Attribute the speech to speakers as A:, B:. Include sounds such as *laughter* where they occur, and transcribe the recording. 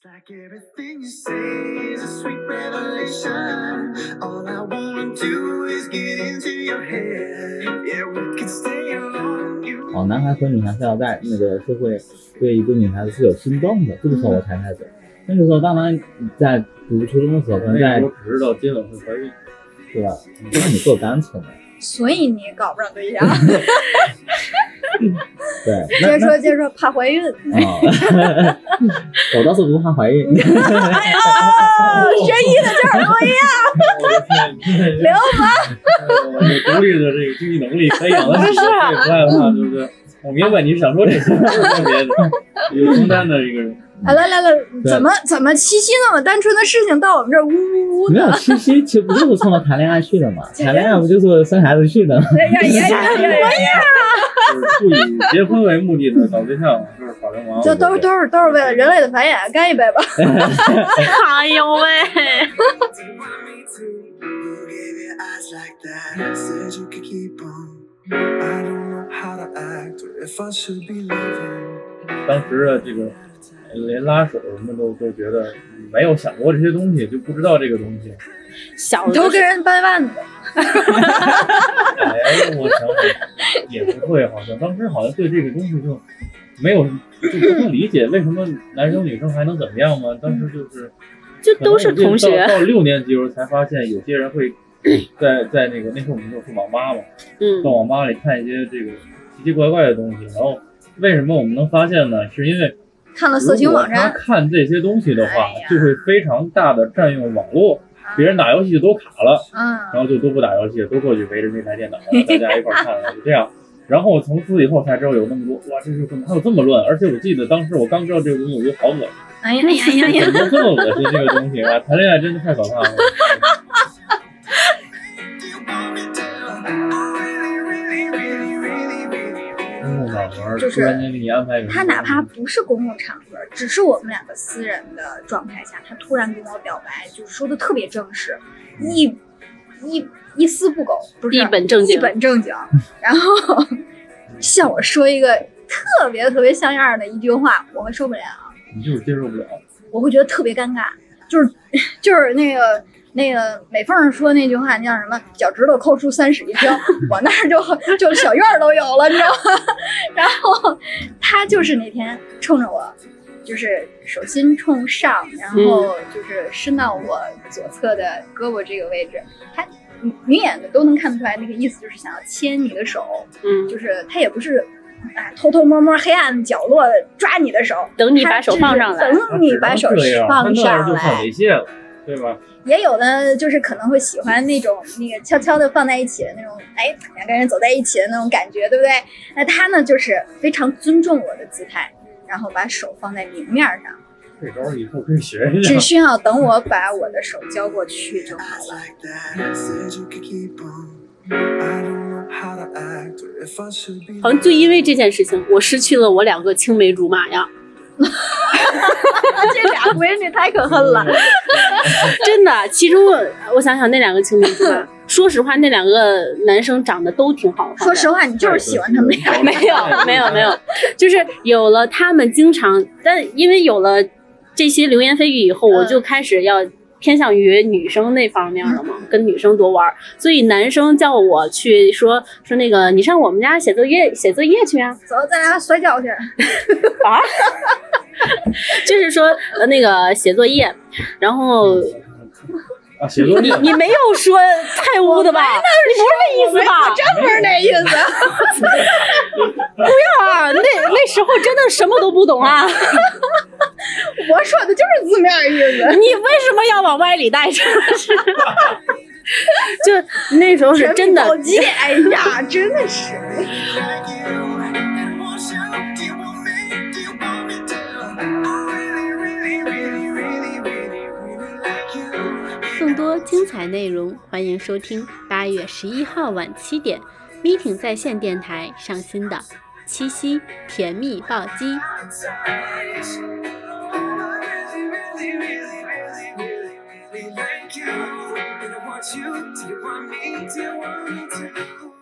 A: It's like everything you say is a sweet revelation. All I wanna do is get into your head. Yeah, we can stay alone. You
B: 好哦男孩和女孩子要在那个是会对一个女孩子是有心动的，这个时候我才开始。那个时候当然在读初中的时候，可能在
C: 只知道接吻会怀孕，哦
B: 对吧？那你够单纯的，
D: 所以你搞不上对 *laughs* 象。
B: 对。那
D: 接着说，接着说，怕怀孕。
B: 那啊， *laughs* 我倒是不怕怀孕。
D: 哎呦，学医的就是不 *laughs* 一样，
C: 我的天，你看
D: 刘妈
C: 这我有独立的这个经济能力，培养的
D: 是啊
C: 这也不害怕，对不对？我明白你是想说这些，不是说别的，有承担的一个人，
D: 哎来来来，怎么怎么七夕那么单纯的事情到我们这儿呜呜呜
B: 没
D: 的？
B: 有七夕，其实不就是冲着谈恋爱去的嘛？谈恋爱不就是生孩子去的？
D: *laughs* 哎 *laughs* 呀呀呀呀呀！
C: 就是不以结婚为目的的搞对象，就是耍流氓。
D: 就都是都是都是为了人类的繁 *laughs* 衍，干一杯吧！
E: 哎呦喂！
A: do want me to. You gave your eyes like that. Said you could keep on. I don't know how to act or if I should be leaving.
C: 当时的这个连拉手什么都都觉得没有想过这些东西，就不知道这个东西。
E: 小
D: 你
E: 时
D: 都
E: 候
D: 跟人掰腕子，
C: 哎，我想想也不会，好像当时好像对这个东西就没有就不能理解，为什么男生女生还能怎么样吗？当时就是
E: 就都是同
C: 可能我
E: 学，
C: 到到六年级的时候才发现，有些人
E: *clears throat*
C: 会在在那个那时候我们就去网吧嘛，
E: 嗯
C: 到，网吧里看一些这个奇奇怪怪的东西，然后。为什么我们能发现呢？是因为
D: 看啊了色
C: 如
D: 情
C: 果
D: 网
C: 他
D: 站，
C: 看这些东西的话
D: 哎呀，
C: 就会非常大的占用网络，别人打游戏都卡了，
D: 啊，
C: 然后就都不打游戏，都过去围着那台电脑，然后大家一块儿看了，就这样。然后我从此以后才知道有那么多，哇，这是怎么还有这么乱？而且我记得当时我刚知道这个东西，我觉得好恶心，
D: 哎呀哎呀哎呀哎呀！ *laughs*
C: 怎么这么恶心这个东西啊？谈恋爱真的太可怕了。
A: Do you want me to? I really, really, really, really, really, really.
C: 公共场合
D: 就是
C: 突然间给你安排一个，
D: 他哪怕不是公共场合，只是我们两个私人的状态下，他突然跟我表白，就是说的特别正式，一一一丝不苟，不是
E: 一本正经嗯
D: 一本正经，然后 *laughs* 向我说一个特别特别像样的一句话，我会受不了，
C: 你就是接受不了，
D: 我会觉得特别尴尬，就是 *laughs* 就是那个。那个美凤说那句话，那叫什么？脚趾头抠出三室一厅，我那儿就 *laughs* 就小院儿都有了，你知道吗？ *laughs* 然后他就是那天冲着我，就是手心冲上，然后就是伸到我左侧的胳膊这个位置，他明明眼的都能看得出来，那个意思就是想要牵你的手，
E: 嗯，
D: 就是他也不是啊偷偷摸摸黑暗角落抓你的手，
E: 等你把手放上来
D: 他就是等你把手
C: 啊他只能这样
D: 放
C: 他那样
D: 上
C: 就算
D: 来。
C: 猥亵了，对吧？
D: 也有的就是可能会喜欢那种那个悄悄的放在一起的那种，哎，两个人走在一起的那种感觉，对不对？那他呢，就是非常尊重我的姿态，然后把手放在明面
C: *laughs*
D: 上，
C: 这招以后可以学一下 *laughs*
D: 只。需要等我把我的手交过去就好
A: Eyes
E: *laughs*
D: 了。
A: like that. Said you could keep on. I don't know how to act or if I should be.
E: 好像就因为这件事情，我失去了我两个青梅竹马呀，
D: 这俩闺女太可恨了，
E: 真的。其中我我想想，那两个青梅竹马，说实话，那两个男生长得都挺好看
D: *laughs*
E: 的。
D: 说实话，你就是喜欢他们俩。
C: 俩
E: *laughs* 没有，没有，没有，就是有了他们经常，但因为有了这些流言蜚语以后，
D: 嗯
E: 我就开始要偏向于女生那方面了嘛，跟女生多玩儿。所以男生叫我去说说那个，你上我们家写作业写作业去啊，
D: *laughs* 走，咱俩摔跤去。
E: 就是说呃那个写作业，然后。
C: 啊，写作业
E: *laughs* 你你没有说太污的吧？你不是这意思吧？
D: 不是那意思，
E: 啊，那那时候真的什么都不懂 *laughs* 啊！
D: 我说的就是字面意思。
E: *laughs* 你为什么要往歪
D: *laughs*
E: 里带？真的是，就那时候是真的
D: 全民保洁哎呀，真的是。
A: like you and want you. Do you want me? Do you want me to? I really, really, really, really, really, really like you.
F: 更多精彩内容，欢迎收听八月十一号晚七点 Meeting 在线电台上新的《七夕甜蜜暴击》。
A: Like you, and I want you. Do you want me? Do you want me to?